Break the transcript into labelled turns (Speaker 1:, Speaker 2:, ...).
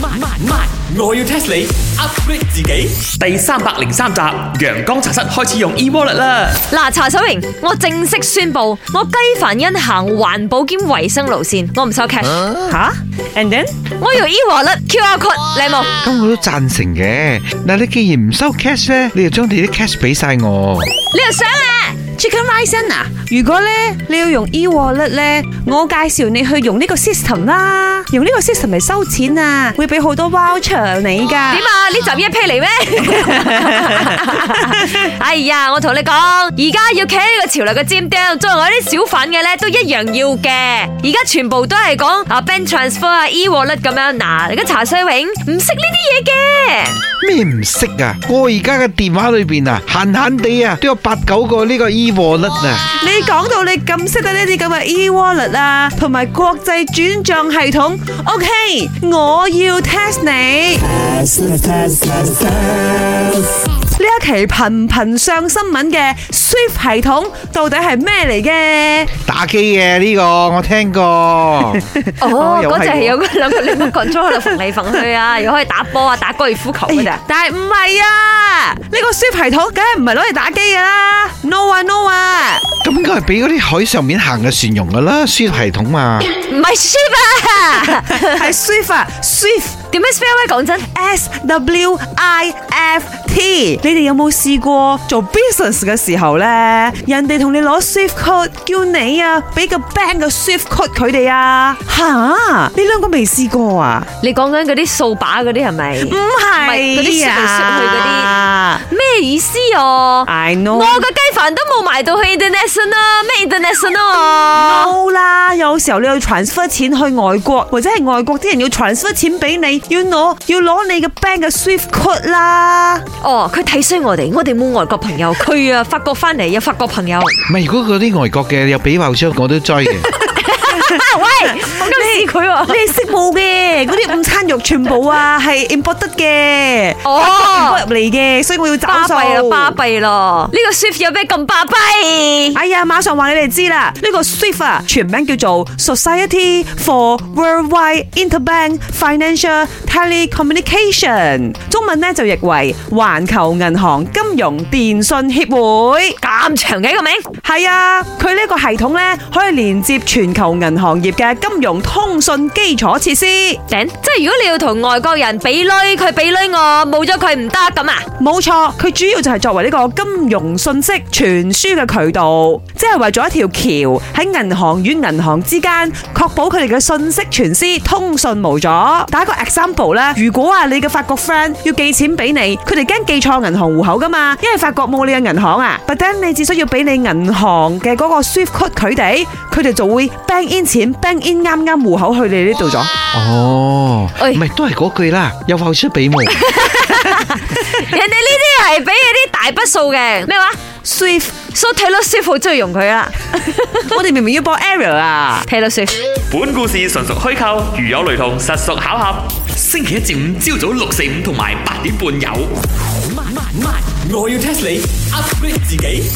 Speaker 1: 慢慢慢，我要 test 你 upgrade 自己。第三百零三集，陽光茶室開始用 e wallet 啦。
Speaker 2: 嗱，茶水榮，我正式宣布，我雞凡欣行環保兼衛生路線，我唔收 cash，
Speaker 3: 吓？And then
Speaker 2: 我用 e wallet QR code，你有冇？
Speaker 4: 咁哦我都贊成嘅。嗱，你既然唔收 cash 咧，你就將你啲 cash 俾晒我。
Speaker 2: 你又想啊？
Speaker 3: Chicken Rice 啊，如果咧你要用 e wallet 咧，我介紹你去用呢個 system 啦，用呢個 system 嚟收錢啊，會俾好多 voucher 你噶
Speaker 2: 點。啊？呢集一批嚟咩？哎呀，我同你講，而家要企喺呢個潮流嘅尖端，作為我啲小販嘅咧，都一樣要嘅。而家全部都係講啊 bank transfer 啊 e wallet 咁樣。嗱，你家茶水榮唔識呢啲嘢嘅。
Speaker 4: 咩唔識啊？我而家嘅電話裏邊啊，閒閒地啊，都有八九個呢個 e wallet 啊。
Speaker 3: 你講到你咁識得呢啲咁嘅 e wallet 啊，同埋國際轉帳系統，OK，我要 test 你。呢一期頻頻上新聞嘅 Swift 系統到底係咩嚟嘅？
Speaker 4: 打機嘅呢個我聽過，
Speaker 2: 哦，
Speaker 4: 又係
Speaker 2: 嗰隻係
Speaker 4: 喎
Speaker 2: 有嗰兩個你 control 喺度揈嚟揈去啊，又可以打波啊，打高爾夫球嗰隻。
Speaker 3: 哎但係唔係啊，呢、個 Swift 系統梗係唔係攞嚟打機噶啦，no 啊 no 啊！
Speaker 4: 咁應該係俾嗰啲海上面行嘅船用噶啦，輸入系統嘛。
Speaker 2: 唔係 Swift 啊，
Speaker 3: 係 Swift 啊，Swift。
Speaker 2: 點樣 spell 咧？講真，
Speaker 3: S W I F T。你哋有冇試過做 business 嘅時候呢？人哋同你攞 Swift code，叫你啊俾個 bank 嘅 Swift code 佢哋啊？吓，你兩個未試過啊？
Speaker 2: 你講緊嗰啲掃把嗰啲係咪？
Speaker 3: 唔係啊
Speaker 2: 嗰啲雪嚟雪去嗰啲咩意思啊？
Speaker 3: I
Speaker 2: 我
Speaker 3: know。
Speaker 2: 嘅雞飯都冇埋到去 international 啊，咩 international 啊？
Speaker 3: 冇啦，有時候你要 transfer 錢去外國，或者係外國啲人要 transfer 錢俾你，要攞要攞你嘅 bank 嘅 Swift code 啦。
Speaker 2: 哦，佢睇衰我哋，我哋冇外國朋友，佢啊法國翻嚟有法國朋友。啊
Speaker 4: 唔係，如果嗰啲外國嘅有俾爆章，我都追嘅。
Speaker 2: 喂，我今次佢喎。
Speaker 3: 你係識冇嘅，嗰啲午餐肉全部啊係 imported 嘅，
Speaker 2: 哦
Speaker 3: 法國 import 入嚟嘅，所以我要找
Speaker 2: 巴
Speaker 3: 數。
Speaker 2: 閉啦，巴閉啦！呢個 Swift 有咩咁巴閉？
Speaker 3: 哎呀，馬上話你哋知啦，呢、個 SWIFT 啊，全名叫做 Society for Worldwide Interbank Financial Telecommunication，中文呢就譯為環球銀行金融電信協會。
Speaker 2: 咁長嘅一個名，
Speaker 3: 係啊，佢呢個系統呢，可以連接全球銀行業嘅金融通訊基礎設施。
Speaker 2: 頂！即係如果你要同外國人比女，佢比女我，冇咗佢唔得咁 啊！
Speaker 3: 冇錯，佢主要就係作為呢個金融信息傳輸嘅渠道，即係為咗一條橋喺銀行與銀行之間，確保佢哋嘅信息傳輸通訊無阻。打個 example 啦，如果啊你嘅法國 friend 要寄錢俾你，佢哋驚寄錯銀行戶口噶嘛，因為法國冇你嘅銀行啊。But then 你只需要俾你銀行嘅嗰個 SWIFT code 佢哋，佢哋就會 bank in 錢 bank in 啱啱戶口去你呢度咗。
Speaker 4: 哦，
Speaker 2: 哎
Speaker 4: 唔係都係嗰句啦，有爆章俾冇？
Speaker 2: 人哋呢啲係俾嗰啲大筆數嘅咩話
Speaker 3: SWIFT，
Speaker 2: ？So Taylor Swift 好中意用佢 啦
Speaker 3: 我哋明明要播 error 啊！
Speaker 2: ，Taylor Swift。
Speaker 1: 本故事純屬虛構，如有雷同，實屬巧合。星期一至五朝早六四五同埋八點半有。我要 test 你 upgrade 自己。